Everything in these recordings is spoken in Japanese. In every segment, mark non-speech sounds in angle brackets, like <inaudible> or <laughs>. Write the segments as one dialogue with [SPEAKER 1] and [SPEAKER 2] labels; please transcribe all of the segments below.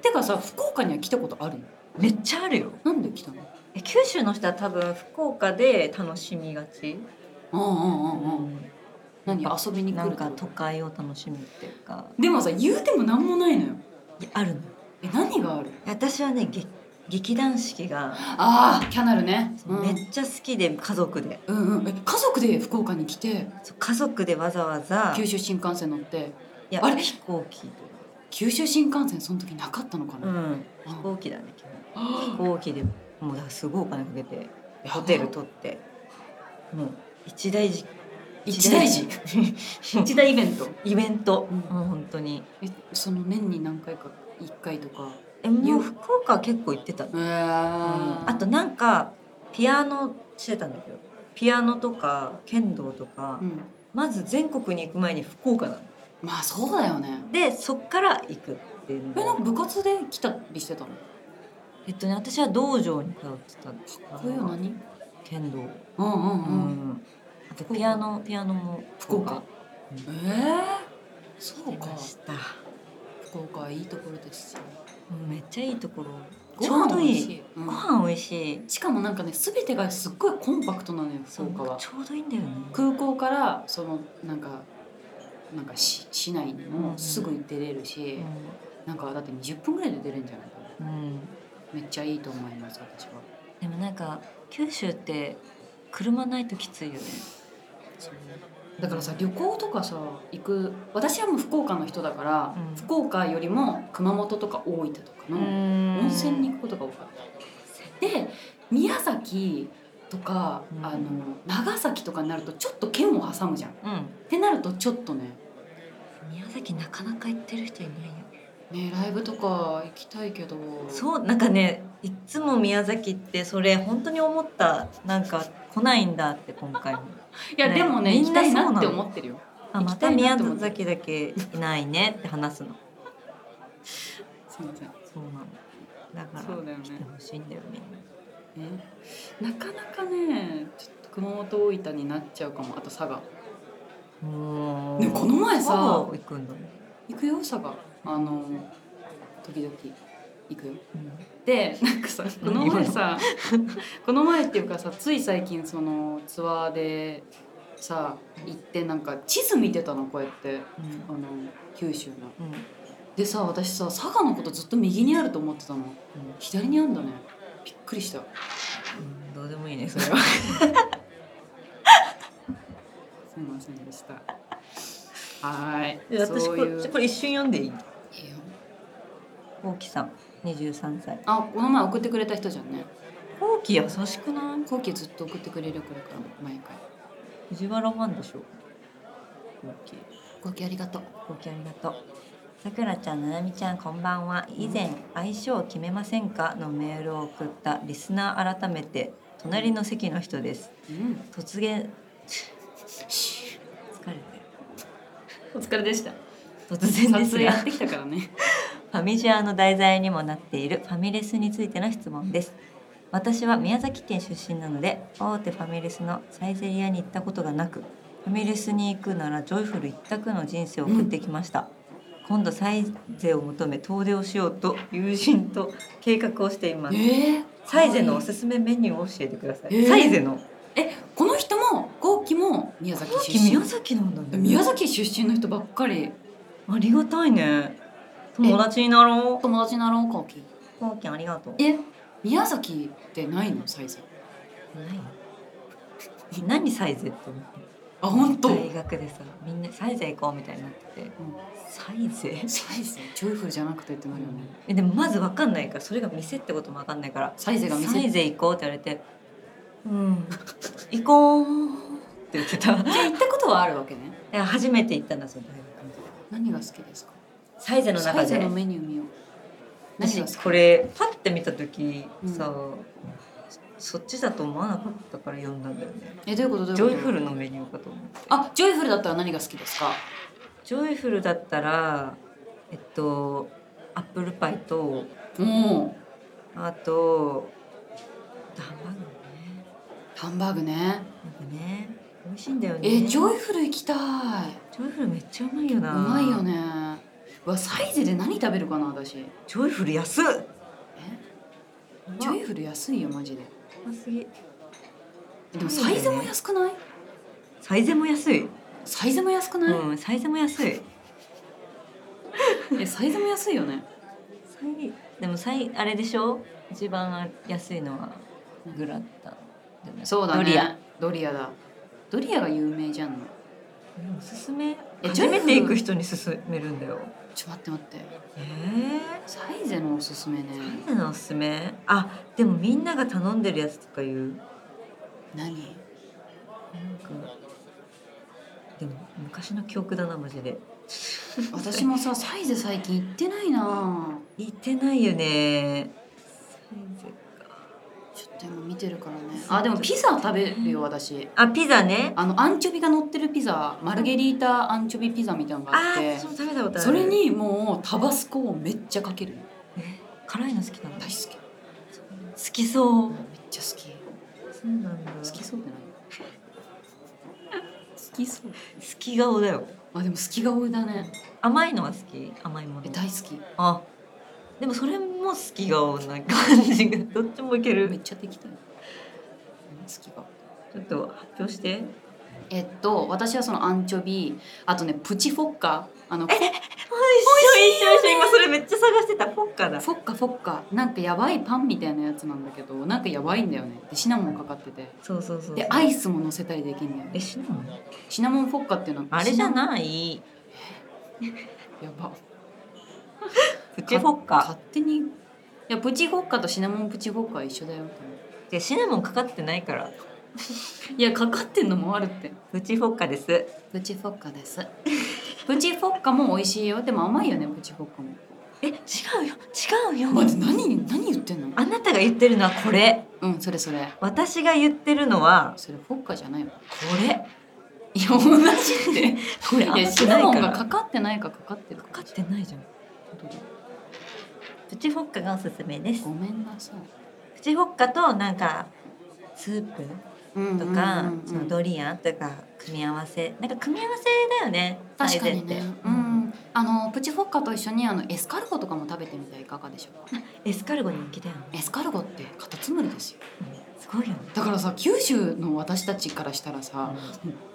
[SPEAKER 1] てかさ福岡には来たことあるの
[SPEAKER 2] めっちゃあるよ
[SPEAKER 1] なんで来たの
[SPEAKER 2] え九州の人は多分福岡で楽しみがち、
[SPEAKER 1] うんうんうんうん何
[SPEAKER 2] やっ
[SPEAKER 1] 遊びに来
[SPEAKER 2] な
[SPEAKER 1] る
[SPEAKER 2] ん
[SPEAKER 1] か
[SPEAKER 2] か
[SPEAKER 1] と
[SPEAKER 2] 都会を楽しむっていうか
[SPEAKER 1] でもさ言うても何もないのよ
[SPEAKER 2] いやあるの
[SPEAKER 1] え何がある
[SPEAKER 2] 私はね劇劇団四季が
[SPEAKER 1] ああキャナルね、うん、
[SPEAKER 2] めっちゃ好きで家族で、
[SPEAKER 1] うんうんえ家族で福岡に来て
[SPEAKER 2] そう家族でわざわざ
[SPEAKER 1] 九州新幹線乗って
[SPEAKER 2] いや
[SPEAKER 1] あれ
[SPEAKER 2] 飛行機とか
[SPEAKER 1] 九州新幹線その時なかったのか
[SPEAKER 2] う
[SPEAKER 1] な、
[SPEAKER 2] ん飛行機だね基本飛行機でもうだからすごいお金かけてホテル取ってもう一大事
[SPEAKER 1] 一大事
[SPEAKER 2] <laughs> 一大イベントイベント、
[SPEAKER 1] うん
[SPEAKER 2] もう本当に
[SPEAKER 1] えその年に何回か1回とか
[SPEAKER 2] えもう福岡は結構行ってた、うん
[SPEAKER 1] えー
[SPEAKER 2] あとなんかピアノしてたんだけどピアノとか剣道とか、
[SPEAKER 1] うん、
[SPEAKER 2] まず全国に行く前に福岡なの
[SPEAKER 1] まあそうだよね
[SPEAKER 2] でそっから行くっていうの
[SPEAKER 1] えなんか
[SPEAKER 2] が
[SPEAKER 1] 部活で来たりしてたのか
[SPEAKER 2] えっとね私は道場に通ってたんで
[SPEAKER 1] っ
[SPEAKER 2] す
[SPEAKER 1] こいいよ何
[SPEAKER 2] 剣道
[SPEAKER 1] うんう
[SPEAKER 2] うん
[SPEAKER 1] うん、
[SPEAKER 2] んあとピアノピアノも
[SPEAKER 1] 福岡ええそう
[SPEAKER 2] 出
[SPEAKER 1] か
[SPEAKER 2] ました
[SPEAKER 1] 福岡はいいところですよ
[SPEAKER 2] うんめっちゃいいところ
[SPEAKER 1] ご
[SPEAKER 2] ちょう
[SPEAKER 1] 飯
[SPEAKER 2] ど
[SPEAKER 1] も
[SPEAKER 2] い
[SPEAKER 1] 美
[SPEAKER 2] い
[SPEAKER 1] 味しい、うん
[SPEAKER 2] ご飯美味しい
[SPEAKER 1] しかもなんかね全てがすっごいコンパクトなのよ福岡は
[SPEAKER 2] ちょうどいいんだよね
[SPEAKER 1] 空港からそのなんかなんか市市内にもすぐ出れるし、なんかだって20分ぐらいで出れるんじゃないかな
[SPEAKER 2] うん、うん
[SPEAKER 1] めっちゃいいと思います私は
[SPEAKER 2] でもなんか九州って車ないときついよね
[SPEAKER 1] だからさ旅行とかさ行く私はもう福岡の人だから、
[SPEAKER 2] うん
[SPEAKER 1] 福岡よりも熊本とか大分とかの、温
[SPEAKER 2] 温
[SPEAKER 1] 泉に行くことが多かった。で宮崎とか、
[SPEAKER 2] うん
[SPEAKER 1] あの長崎とかになるとちょっと県を挟むじゃん。っ
[SPEAKER 2] うん
[SPEAKER 1] てなるとちょっとね
[SPEAKER 2] 宮崎なかなか行ってる人いないよ
[SPEAKER 1] ねライブとか行きたいけど
[SPEAKER 2] そうなんかねいっつも宮崎ってそれ本当に思ったなんか来ないんだって今回も
[SPEAKER 1] いや、
[SPEAKER 2] ね
[SPEAKER 1] でもね
[SPEAKER 2] み
[SPEAKER 1] 行き
[SPEAKER 2] んな
[SPEAKER 1] たいな
[SPEAKER 2] そう
[SPEAKER 1] っ
[SPEAKER 2] な
[SPEAKER 1] て
[SPEAKER 2] の
[SPEAKER 1] 思ってるよ。
[SPEAKER 2] あ
[SPEAKER 1] 行
[SPEAKER 2] ま
[SPEAKER 1] きた
[SPEAKER 2] た
[SPEAKER 1] いな
[SPEAKER 2] 宮
[SPEAKER 1] って思って
[SPEAKER 2] 崎だけいないねって話すの
[SPEAKER 1] すみません。
[SPEAKER 2] そうなのだから
[SPEAKER 1] そうだよね
[SPEAKER 2] 来てほしいんだよみんな
[SPEAKER 1] ねなかなかねちょっと熊本大分になっちゃうかもあと佐賀。
[SPEAKER 2] も
[SPEAKER 1] ねこの前さ
[SPEAKER 2] 行くんだね、
[SPEAKER 1] 行くよ佐賀あの時々行くよ。
[SPEAKER 2] うん
[SPEAKER 1] でなんかさこの前さこの前っていうかさつい最近そのツアーでさ行ってなんか地図見てたのこうやってあの九州の。
[SPEAKER 2] うんうん
[SPEAKER 1] でさ私さ佐賀のことずっと右にあると思ってたの左にあんだねびっくりした
[SPEAKER 2] うんどうでもいいねそ
[SPEAKER 1] <laughs>
[SPEAKER 2] れは
[SPEAKER 1] すみませんでしたはーい
[SPEAKER 2] 私
[SPEAKER 1] そ
[SPEAKER 2] こ
[SPEAKER 1] う
[SPEAKER 2] れ
[SPEAKER 1] いう
[SPEAKER 2] これ一瞬読んでいい
[SPEAKER 1] いいよ
[SPEAKER 2] ほうきさん23歳
[SPEAKER 1] あこの前送ってくれた人じゃんね
[SPEAKER 2] ほうき優しくない
[SPEAKER 1] 後期ずっと送ってくれるからから毎回
[SPEAKER 2] 藤原ファンでしょほうき
[SPEAKER 1] 後期ありがとう
[SPEAKER 2] ごきありがとう。さくらちゃん、ななみちゃん、こんばんは。以前、相性を決めませんかのメールを送ったリスナー改めて、隣の席の人です。
[SPEAKER 1] うん
[SPEAKER 2] 突然、 <laughs> 疲れてる。
[SPEAKER 1] お疲れでした
[SPEAKER 2] 突然で
[SPEAKER 1] 撮
[SPEAKER 2] す
[SPEAKER 1] 影や
[SPEAKER 2] が
[SPEAKER 1] っ、てきたからね
[SPEAKER 2] ファミジアの題材にもなっているファミレスについての質問です。私は宮崎県出身なので、大手ファミレスのサイゼリアに行ったことがなく、ファミレスに行くならジョイフル一択の人生を送ってきました。今度サイゼを求め遠出をしようと友人と計画をしていま
[SPEAKER 1] <laughs>
[SPEAKER 2] す。
[SPEAKER 1] ええ
[SPEAKER 2] サイゼのおすすめメニューを教えてください。
[SPEAKER 1] えー
[SPEAKER 2] サイゼの。
[SPEAKER 1] えこの人も後期も宮崎出身
[SPEAKER 2] 宮崎なんだね。
[SPEAKER 1] 宮崎出身の人ばっかり
[SPEAKER 2] ありがたいね。友達になろう。
[SPEAKER 1] 友達になろう後期
[SPEAKER 2] コウキありがとう。
[SPEAKER 1] え宮崎ってないのサイズ
[SPEAKER 2] ない何サイズって思って
[SPEAKER 1] あ本当
[SPEAKER 2] 大学でさみんなサイズ行こうみたいになってて、サイズ
[SPEAKER 1] サイズジョイフルじゃなくてってなるよね
[SPEAKER 2] えでもまず分かんないからそれが店ってことも分かんないから
[SPEAKER 1] サイゼが店
[SPEAKER 2] サイズ行こうって言われてうん行こうって言ってたい
[SPEAKER 1] <laughs> じゃあ行ったことはあるわけね
[SPEAKER 2] や初めて行ったんだその大学に
[SPEAKER 1] 何が好きですか
[SPEAKER 2] サイズの
[SPEAKER 1] サ
[SPEAKER 2] 中
[SPEAKER 1] イズ
[SPEAKER 2] で
[SPEAKER 1] のメニュー見よう何が好
[SPEAKER 2] 私
[SPEAKER 1] き
[SPEAKER 2] これパッて見た時
[SPEAKER 1] うん
[SPEAKER 2] さ、そそっちだと思わなかったから読んだんだよね
[SPEAKER 1] えどういうことどう
[SPEAKER 2] ジョ
[SPEAKER 1] い
[SPEAKER 2] イ
[SPEAKER 1] うこと
[SPEAKER 2] フルのメニューかと思って
[SPEAKER 1] あジョイフルだったら何が好きですか
[SPEAKER 2] ジョイフルだったらえっとアップルパイと
[SPEAKER 1] も
[SPEAKER 2] あとハンバーグね
[SPEAKER 1] うハンバーグね
[SPEAKER 2] なんかね美味しいんだよね
[SPEAKER 1] えジョ
[SPEAKER 2] イ
[SPEAKER 1] イフル行きたい
[SPEAKER 2] ジョイフルめっちゃうまいよ
[SPEAKER 1] う
[SPEAKER 2] な
[SPEAKER 1] まいよねうわサイゼで何食べるかな私
[SPEAKER 2] ジョイフル安っ
[SPEAKER 1] えジョイフル安いよマジで
[SPEAKER 2] 高すぎ
[SPEAKER 1] でもサイゼも安くない
[SPEAKER 2] サイゼも安い、
[SPEAKER 1] サイゼも安くない、
[SPEAKER 2] うん、サイゼも安い
[SPEAKER 1] えサイゼも安いよね
[SPEAKER 2] サイでもサイあれでしょ一番安いのはグラタンじゃない
[SPEAKER 1] そうだね
[SPEAKER 2] ドリア
[SPEAKER 1] ドリアだドリアが有名じゃんの
[SPEAKER 2] おすすめ
[SPEAKER 1] え
[SPEAKER 2] 初めて行く人に勧めるんだよ
[SPEAKER 1] ちょ待って待って
[SPEAKER 2] え
[SPEAKER 1] サイゼのおすすめね
[SPEAKER 2] えー、何のおすすめあでもみんなが頼んでるやつとか言う
[SPEAKER 1] 何
[SPEAKER 2] なんかでも昔の記憶だなマジで
[SPEAKER 1] 私もさサイゼ最近行ってないな
[SPEAKER 2] 行ってないよね
[SPEAKER 1] ちょっと今見てるからねあでもピザ食べるよ私
[SPEAKER 2] あピザね
[SPEAKER 1] あのアンチョビが乗ってるピザマルゲリータアンチョビピザみたいなのがあっ
[SPEAKER 2] あ
[SPEAKER 1] て
[SPEAKER 2] ー私も食べたことある
[SPEAKER 1] それにもうタバスコをめっちゃかけるの
[SPEAKER 2] 辛いの好きなんだ
[SPEAKER 1] 大
[SPEAKER 2] 好
[SPEAKER 1] 好き
[SPEAKER 2] きそう
[SPEAKER 1] めっちゃ好き
[SPEAKER 2] そうなんだ
[SPEAKER 1] 好
[SPEAKER 2] 好
[SPEAKER 1] きそうって <laughs> ない好きそう
[SPEAKER 2] き顔だよ
[SPEAKER 1] あでも好き顔だね
[SPEAKER 2] 甘いのは好き甘いもの
[SPEAKER 1] え大好き
[SPEAKER 2] あでもそれも好き顔な感じが <laughs> どっちもいけ
[SPEAKER 1] めっ
[SPEAKER 2] る
[SPEAKER 1] ちゃできたよ好き顔
[SPEAKER 2] ちょっと発表して
[SPEAKER 1] えっと私はそのアンチョビあとねプチフォッカあの
[SPEAKER 2] 一緒一緒一緒今それめっちゃ探してたポッカだ
[SPEAKER 1] フォッカフォッカなんかやばいパンみたいなやつなんだけどなんかやばいんだよねでシナモンかかってて
[SPEAKER 2] そうそうそう
[SPEAKER 1] でアイスも乗せたりできんだよね
[SPEAKER 2] えシナモン
[SPEAKER 1] シナモンフォッカっていうのは
[SPEAKER 2] あれじゃ
[SPEAKER 1] い
[SPEAKER 2] ない
[SPEAKER 1] やば
[SPEAKER 2] プチフォッカ
[SPEAKER 1] 勝手にいやプチフォッカとシナモンプチフォッカは一緒だよ
[SPEAKER 2] でシナモンかかってないから
[SPEAKER 1] いやかかってんのもあるって
[SPEAKER 2] プチフォッカです
[SPEAKER 1] プチフォッカです <laughs> プチフォッカも美味しいよでも甘いよねプチフォッカも
[SPEAKER 2] え違うよ違うよ
[SPEAKER 1] 待って何何言ってんの
[SPEAKER 2] あなたが言ってるのはこれ
[SPEAKER 1] うんそれそれ
[SPEAKER 2] 私が言ってるのは
[SPEAKER 1] それフォッカじゃないわ
[SPEAKER 2] これ
[SPEAKER 1] いや同じって
[SPEAKER 2] これあんま
[SPEAKER 1] いやシ
[SPEAKER 2] しな
[SPEAKER 1] ナ
[SPEAKER 2] い
[SPEAKER 1] モン
[SPEAKER 2] から
[SPEAKER 1] がかかってないかかかってるか
[SPEAKER 2] かかってないじゃんプチフォッカがおすすめです
[SPEAKER 1] ごめんなさい
[SPEAKER 2] プチフォッカとなんかスープと
[SPEAKER 1] と
[SPEAKER 2] か、そのドリアンとか組み合わせなんか組み合わせだよね
[SPEAKER 1] 確か
[SPEAKER 2] サイゼ
[SPEAKER 1] に
[SPEAKER 2] って
[SPEAKER 1] ね、う
[SPEAKER 2] うん
[SPEAKER 1] ん、あのプチフォッカと一緒にあのエスカルゴとかも食べてみてはいかがでしょうか
[SPEAKER 2] エスカルゴ人気だよね、
[SPEAKER 1] エスカルゴってカタツムリですよ
[SPEAKER 2] うんすごいよね
[SPEAKER 1] だからさ九州の私たちからしたらさ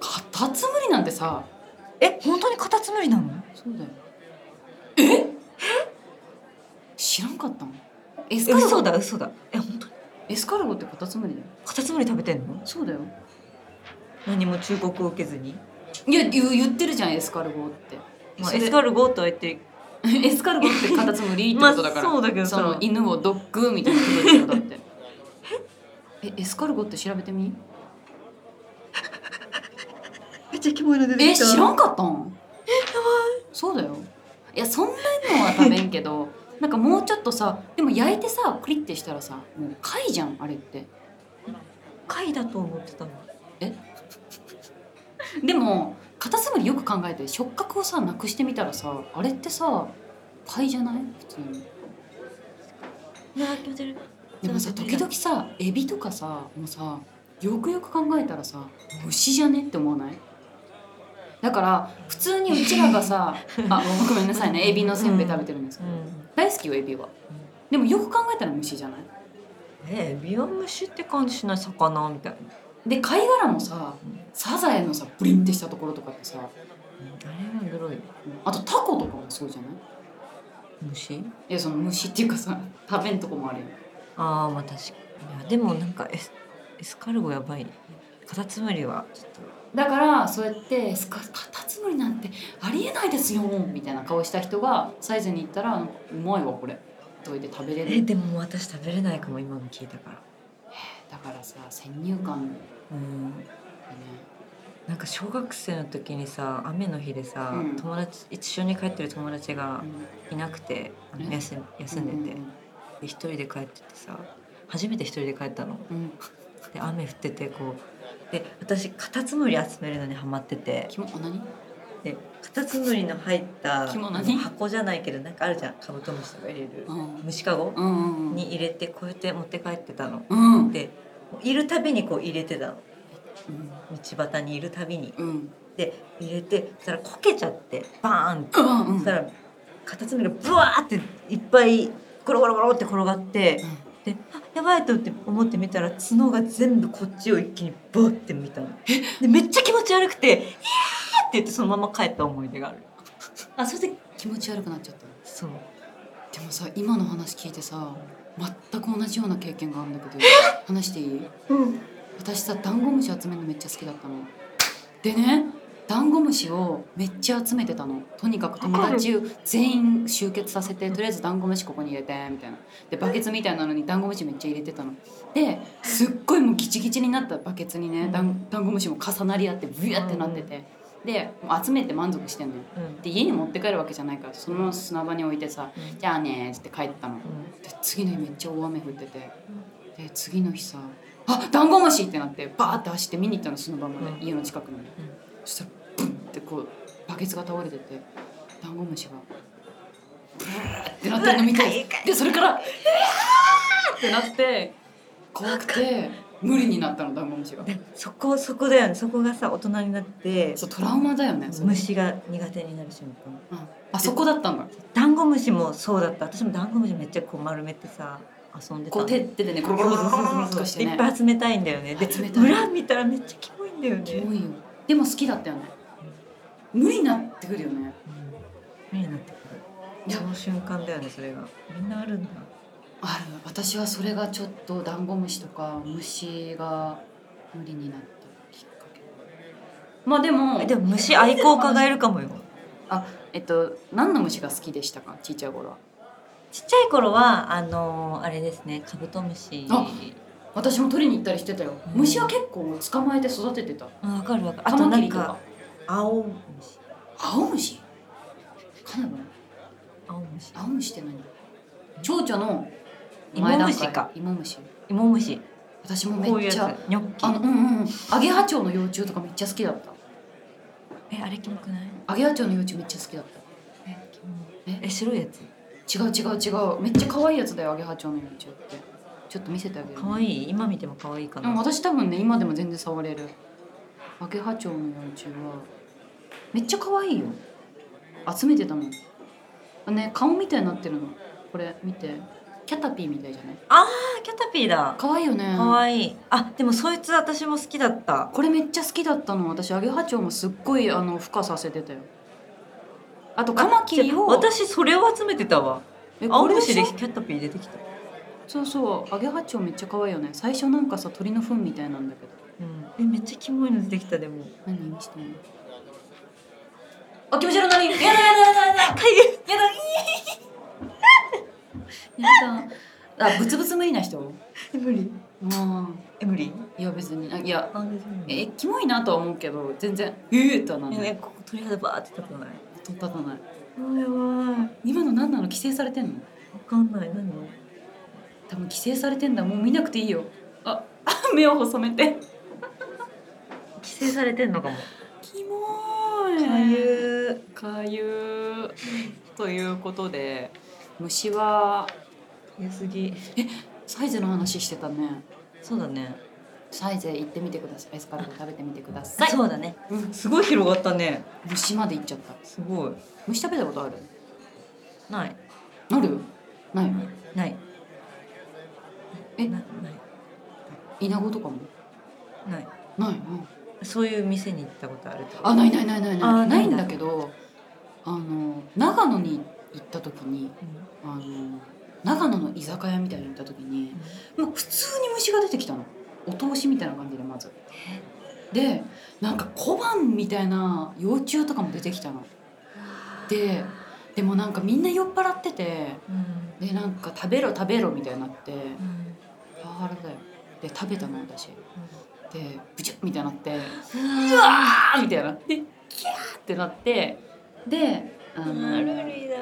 [SPEAKER 1] カタツムリなんてさ
[SPEAKER 2] え本当にカタツムリなの
[SPEAKER 1] そうだよえ知らんかったのエス
[SPEAKER 2] え
[SPEAKER 1] カルゴ
[SPEAKER 2] 嘘だ嘘だえ本当に
[SPEAKER 1] エスカルゴってカタツムリだよ
[SPEAKER 2] カタツムリ食べてんの
[SPEAKER 1] そうだよ
[SPEAKER 2] 何も忠告を受けずに、
[SPEAKER 1] いや言う言ってるじゃんエスカルゴって、
[SPEAKER 2] まあ、
[SPEAKER 1] それ
[SPEAKER 2] エスカルゴとは言って
[SPEAKER 1] <laughs> エスカルゴってカタツムリってことだから、
[SPEAKER 2] <laughs> まあそうだけどさ
[SPEAKER 1] その犬をドッグみたいなことでしょだってえエスカルゴって調べてみ
[SPEAKER 2] めっちゃキモいの出
[SPEAKER 1] え知ら
[SPEAKER 2] ん
[SPEAKER 1] んかったんそうだよいやそんなのは食べんけど <laughs> なんかもうちょっとさでも焼いてさクリッてしたらさもう貝じゃんあれって
[SPEAKER 2] 貝だと思ってたの
[SPEAKER 1] でもカタツムリよく考えて触覚をさなくしてみたらさあれってさ貝じゃない普通に
[SPEAKER 2] なあ気持ち悪い
[SPEAKER 1] でもさ
[SPEAKER 2] そう
[SPEAKER 1] 時
[SPEAKER 2] だ
[SPEAKER 1] 々さエビとかさもうさよくよく考えたらさ虫じゃねって思わないだから普通にうちらが
[SPEAKER 2] <laughs>
[SPEAKER 1] さあごめんなさいねエビのせんべい食べてるんですけ
[SPEAKER 2] う
[SPEAKER 1] ど、
[SPEAKER 2] ん
[SPEAKER 1] 大好きよエビはでもよく考えたら虫じゃない
[SPEAKER 2] えビワムシって感じしない魚みたいな
[SPEAKER 1] で貝殻もさサザエのさブリンってしたところとかってさ
[SPEAKER 2] あれはグロい
[SPEAKER 1] あとタコとかもそうじゃない
[SPEAKER 2] 虫
[SPEAKER 1] いやその虫っていうかさ <laughs> 食べんとこもあるよ
[SPEAKER 2] ああまあ確かにいやでもなんかエスエスカルゴやばいカタツムリはちょっ
[SPEAKER 1] だからそうやってスカカタツムリなんてありえないですよみたいな顔した人がサイズに行ったらなんかうまいわこれと言って食べれ
[SPEAKER 2] と
[SPEAKER 1] る
[SPEAKER 2] でも私食べれないかも今の聞いたから
[SPEAKER 1] だからさ先入観だね
[SPEAKER 2] うんなんか小学生の時にさ雨の日でさ、
[SPEAKER 1] うん
[SPEAKER 2] 友達一緒に帰ってる友達が
[SPEAKER 1] うん
[SPEAKER 2] いなくて、あの
[SPEAKER 1] うん
[SPEAKER 2] 休ん休んでて、で一人で帰っててさ初めて一人で帰ったの
[SPEAKER 1] うん
[SPEAKER 2] で雨降っててこうで私カタツムリ集めるのにハマってて
[SPEAKER 1] 肝何
[SPEAKER 2] でカタツムリの入った
[SPEAKER 1] 着物に
[SPEAKER 2] 箱じゃないけどなんかあるじゃんカブトムシとか入れる
[SPEAKER 1] うん
[SPEAKER 2] 虫かご
[SPEAKER 1] うんうん
[SPEAKER 2] に入れてこうやって持って帰ってたの。
[SPEAKER 1] うん
[SPEAKER 2] でもういるたびにこう入れてたの
[SPEAKER 1] うん
[SPEAKER 2] 道端にいるたびに。
[SPEAKER 1] うん
[SPEAKER 2] で入れてそしたらこけちゃってバーンって
[SPEAKER 1] うんうん
[SPEAKER 2] そしたらカタツムリがブワーっていっぱいゴロゴロゴロって転がって、であやばいと思って見たら角が全部こっちを一気にブワって見たのでめっちゃ気持ち悪くて「イエー!」って言ってそのまま帰った思い出があるあそれで
[SPEAKER 1] 気持ち悪くなっちゃった
[SPEAKER 2] そう
[SPEAKER 1] でもさ今の話聞いてさ全く同じような経験があるんだけど話していい
[SPEAKER 2] うん
[SPEAKER 1] 私さダンゴムシ集めるのめっちゃ好きだったのでねダンゴムシをめっちゃ集めてたのとにかく友達全員集結させてとりあえずダンゴムシここに入れてみたいなでバケツみたいなのにダンゴムシめっちゃ入れてたのですっごいもうギチギチになったバケツにねダンダンゴムシも重なり合ってブヤってなっててでもう集めて満足してんのよ
[SPEAKER 2] うん
[SPEAKER 1] で家に持って帰るわけじゃないからそのまま砂場に置いてさ「じゃあね」っつって帰ったの
[SPEAKER 2] う
[SPEAKER 1] で次の日めっちゃ大雨降っててで次の日さ「あダンゴムシ!」ってなってバーって走って見に行ったのその場まで、
[SPEAKER 2] うん
[SPEAKER 1] 家の近くまで、そしたらブンってこうバケツが倒れててダンゴムシがブーってなってるの見
[SPEAKER 2] うわかゆい
[SPEAKER 1] て
[SPEAKER 2] かゆい
[SPEAKER 1] でそれから「うわー!」ってなって怖くて無理になったのダンゴムシが
[SPEAKER 2] ん。でそこそこだよねそこがさ大人になって
[SPEAKER 1] そうトラウマだよねそれ
[SPEAKER 2] 虫が苦手になる瞬間
[SPEAKER 1] うんあそこだったんだ
[SPEAKER 2] ダンゴムシもそうだった私もダンゴムシめっちゃこう丸めてさ遊んでた
[SPEAKER 1] こう手手でねコロコロコロコロコロとかして
[SPEAKER 2] いっ
[SPEAKER 1] ね
[SPEAKER 2] ぱい集めたいんだよねで
[SPEAKER 1] 集めたい
[SPEAKER 2] 裏見たらめっちゃキモいんだよね
[SPEAKER 1] キモいよでも好きだったよね無理になってくるよね
[SPEAKER 2] うん無理になってく
[SPEAKER 1] い
[SPEAKER 2] る
[SPEAKER 1] や
[SPEAKER 2] その瞬間だよねそれがみんなあるんだ
[SPEAKER 1] ある私はそれがちょっとダンゴムシとか虫が無理になったきっかけまあでも
[SPEAKER 2] えでも虫愛好家がいるかもよ
[SPEAKER 1] あえっと何の虫が好きでしたかちっちゃい頃は
[SPEAKER 2] ちっちゃい頃はあのーあれですねカブトムシ
[SPEAKER 1] あ私も取りに行ったりしてたよ
[SPEAKER 2] うん
[SPEAKER 1] 虫は結構捕まえて育ててた
[SPEAKER 2] うんわかるわかるあ
[SPEAKER 1] カ
[SPEAKER 2] と
[SPEAKER 1] マ
[SPEAKER 2] な
[SPEAKER 1] キ
[SPEAKER 2] ん
[SPEAKER 1] リと
[SPEAKER 2] か
[SPEAKER 1] か
[SPEAKER 2] 青虫
[SPEAKER 1] 青虫カナブン
[SPEAKER 2] 青虫
[SPEAKER 1] 青虫って何蝶々の
[SPEAKER 2] 芋虫か
[SPEAKER 1] イモムシ
[SPEAKER 2] 芋虫
[SPEAKER 1] 私も
[SPEAKER 2] こういう
[SPEAKER 1] めっ
[SPEAKER 2] やつ
[SPEAKER 1] ちゃ
[SPEAKER 2] ニョッキ
[SPEAKER 1] あのうんうんうんアゲハチョウの幼虫とかめっちゃ好きだった
[SPEAKER 2] えあれキモくない
[SPEAKER 1] アゲハチョウの幼虫めっちゃ好きだった
[SPEAKER 2] えキモ
[SPEAKER 1] え
[SPEAKER 2] え白いやつ
[SPEAKER 1] 違う違う違うめっちゃ可愛いやつだよアゲハチョウの幼虫ってちょっと見せてあげる
[SPEAKER 2] 可愛い今見ても可愛いか
[SPEAKER 1] で
[SPEAKER 2] な
[SPEAKER 1] も私多分ね今でも全然触れるアゲハチョウの幼虫はめっちゃ可愛いよ集めてたもんあね顔みたいになってるのこれ見てキャタピーみたいじゃない
[SPEAKER 2] あキャタピーだ
[SPEAKER 1] 可愛いよね
[SPEAKER 2] 可愛いあでもそいつ私も好きだった
[SPEAKER 1] これめっちゃ好きだったの私アゲハチョウもすっごいあの孵化させてたよあとカマキリを
[SPEAKER 2] 私それを集めてたわ
[SPEAKER 1] え
[SPEAKER 2] 青
[SPEAKER 1] これで
[SPEAKER 2] 虫
[SPEAKER 1] し
[SPEAKER 2] で
[SPEAKER 1] ょ
[SPEAKER 2] キャタピー出てきた
[SPEAKER 1] そうそうアゲハチョウめっちゃ可愛いよね最初なんかさ鳥の糞みたいなんだけど
[SPEAKER 2] うんえめっちゃキモいの出てきたでも
[SPEAKER 1] 何見せてもらうあ気持ち悪いなるやだやだやだやだ
[SPEAKER 2] かゆ
[SPEAKER 1] やだやだあブツブツ無理な人も
[SPEAKER 2] い無理
[SPEAKER 1] う
[SPEAKER 2] え無理
[SPEAKER 1] いや別にあいや
[SPEAKER 2] あ
[SPEAKER 1] えキモいなとは思うけど全然ええとはなんない
[SPEAKER 2] ねここ鳥肌バーって立たない
[SPEAKER 1] 立たない
[SPEAKER 2] やばい
[SPEAKER 1] 今の何なの規制されてんの
[SPEAKER 2] わかんない何
[SPEAKER 1] 多分規制されてんだもう見なくていいよあ <laughs> あ目を細めて
[SPEAKER 2] 規制されてんのかも
[SPEAKER 1] キモーい
[SPEAKER 2] かゆ
[SPEAKER 1] かゆーということで虫は
[SPEAKER 2] ゆすぎ
[SPEAKER 1] サイズの話してたね
[SPEAKER 2] そうだね
[SPEAKER 1] サイズ行ってみてくださいエスカルゴ食べてみてください
[SPEAKER 2] そうだね
[SPEAKER 1] うん
[SPEAKER 2] すごい広がったね
[SPEAKER 1] 虫まで行っちゃった
[SPEAKER 2] すごい
[SPEAKER 1] 虫食べたことある
[SPEAKER 2] ない
[SPEAKER 1] なるないよ
[SPEAKER 2] ない
[SPEAKER 1] え
[SPEAKER 2] な
[SPEAKER 1] イナゴとかも
[SPEAKER 2] いない
[SPEAKER 1] ない、うん
[SPEAKER 2] そういう店に行ったことあると
[SPEAKER 1] あないないないないな
[SPEAKER 2] あ
[SPEAKER 1] い
[SPEAKER 2] な
[SPEAKER 1] ないい
[SPEAKER 2] んだ
[SPEAKER 1] んだけどあの長野に行った時にあの長野の居酒屋みたいに行った時にもう普通に虫が出てきたのお通しみたいな感じでまずでなんか小判みたいな幼虫とかも出てきたのででもなんかみんな酔っ払ってて
[SPEAKER 2] うん
[SPEAKER 1] でなんか食べろ食べろみたいになって
[SPEAKER 2] うん
[SPEAKER 1] パワハラだよで食べたの私でブチュッみたいになって
[SPEAKER 2] う
[SPEAKER 1] う
[SPEAKER 2] わ
[SPEAKER 1] わーみたいなでキャーってなってであの
[SPEAKER 2] 理だ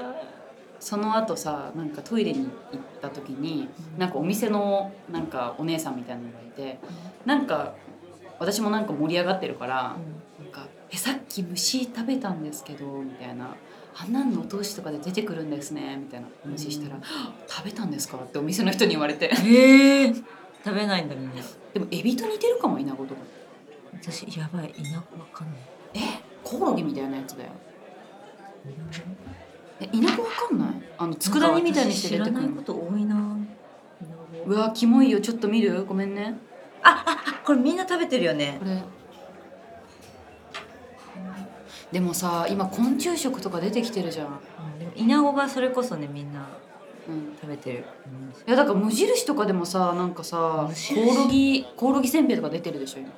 [SPEAKER 1] その後さなんかトイレに行った時になんかお店のなんかお姉さんみたいなのがいてなんか私もなんか盛り上がってるからなんかえさっき虫食べたんですけどみたいなあんなんのお通しとかで出てくるんですねみたいな話したら、
[SPEAKER 2] うん
[SPEAKER 1] 食べたんですかってお店の人に言われて
[SPEAKER 2] へえ食べないんだみんな
[SPEAKER 1] でもエビと似てるかもイナゴとか
[SPEAKER 2] 私やばい田舎わかんない
[SPEAKER 1] えコオロギみたいなやつだよえ稲穂わかんないあの佃煮みたいにして出てく
[SPEAKER 2] なん
[SPEAKER 1] る
[SPEAKER 2] か私知らないこと多いな
[SPEAKER 1] うわキモいよちょっと見るごめんね
[SPEAKER 2] あああこれみんな食べてるよね
[SPEAKER 1] これでもさ今昆虫食とか出てきてるじゃん、
[SPEAKER 2] うんでもイナゴがそれこそねみんな
[SPEAKER 1] うん、
[SPEAKER 2] 食べてる、
[SPEAKER 1] いやだから無印とかでもさなんかさ
[SPEAKER 2] 無印
[SPEAKER 1] コオロギコオロギせんべいとか出てるでしょ今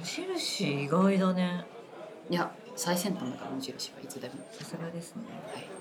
[SPEAKER 2] 無印意外だね
[SPEAKER 1] いや最先端だから無印はいつでも
[SPEAKER 2] さすがですね
[SPEAKER 1] はい